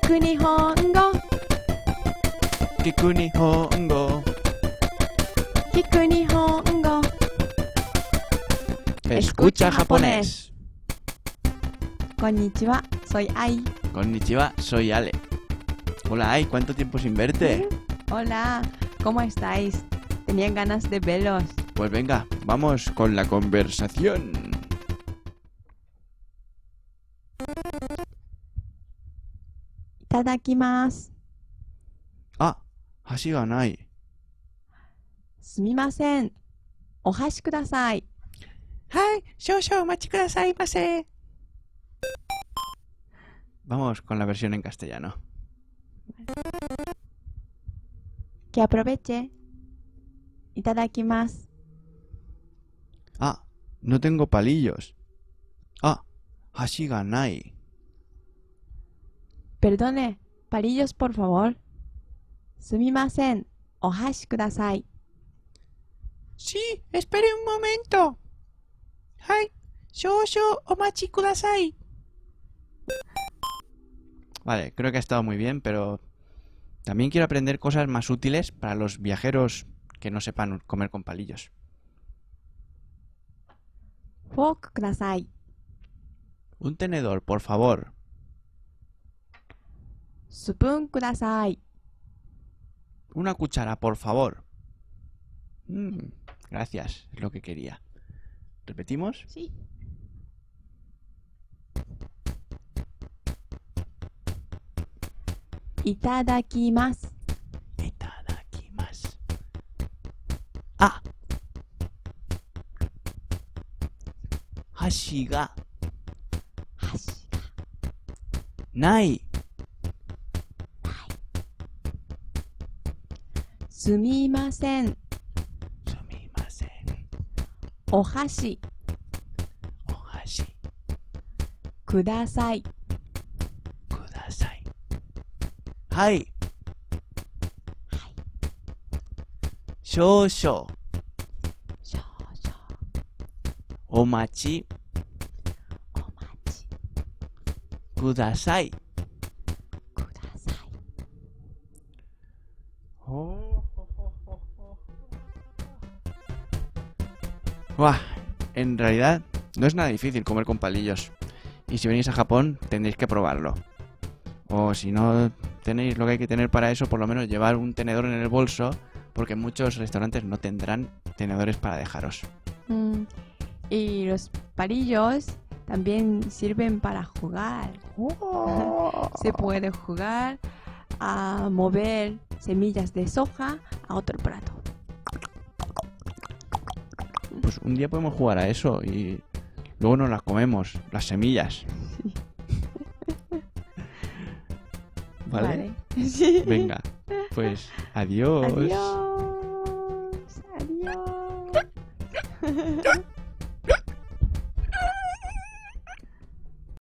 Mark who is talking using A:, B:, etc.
A: く日本語
B: 聞く日本語
A: 聞く日本語
B: Escucha japonés
A: こんにちは、soy Ai
B: Konnichiwa, soy Ale Hola Ai, ¿cuánto tiempo sin verte?
A: Hola, ¿cómo estáis? Tenían ganas de veros
B: Pues venga, vamos con la conversación
A: いただきます
B: Ah, así va Nai
A: すみませんお箸ください
B: Hi, shoushou, machi kudasai mase Vamos con la versión en castellano
A: que aproveche いただきます
B: Ah, no tengo palillos Ah, así ga Nai
A: Perdone, palillos por favor. すみません、お箸ください。
B: Sí, espere un momento. Hi, shoushou omachi kudasai. Vale, creo que ha estado muy bien, pero también quiero aprender cosas más útiles para los viajeros que no sepan comer con palillos.
A: フォークください。
B: Un tenedor, por favor.
A: スプーンください。
B: Una cuchara, por favor. Mm, gracias, es lo que quería. ¿Repetimos?
A: いただきます。
B: Itadakimasu. Ah. Hashi ga
A: 箸
B: nai.
A: すみません、
B: Sumimasen.
A: お箸
B: O hashi
A: ください。
B: kudasai. Hai. Shosho
A: 少々
B: omachi
A: お待ち
B: kudasai.
A: ください。
B: Buah, en realidad no es nada difícil comer con palillos. Y si venís a Japón tendréis que probarlo. O si no tenéis lo que hay que tener para eso, por lo menos llevar un tenedor en el bolso, porque muchos restaurantes no tendrán tenedores para dejaros.
A: Mm, Y los palillos también sirven para jugar.
B: Oh.
A: Se puede jugar a mover semillas de soja a otro plato.
B: Pues un día podemos jugar a eso y luego nos las comemos, las semillas. ¿Vale?
A: Sí.
B: Venga, pues
A: Adiós. Adiós.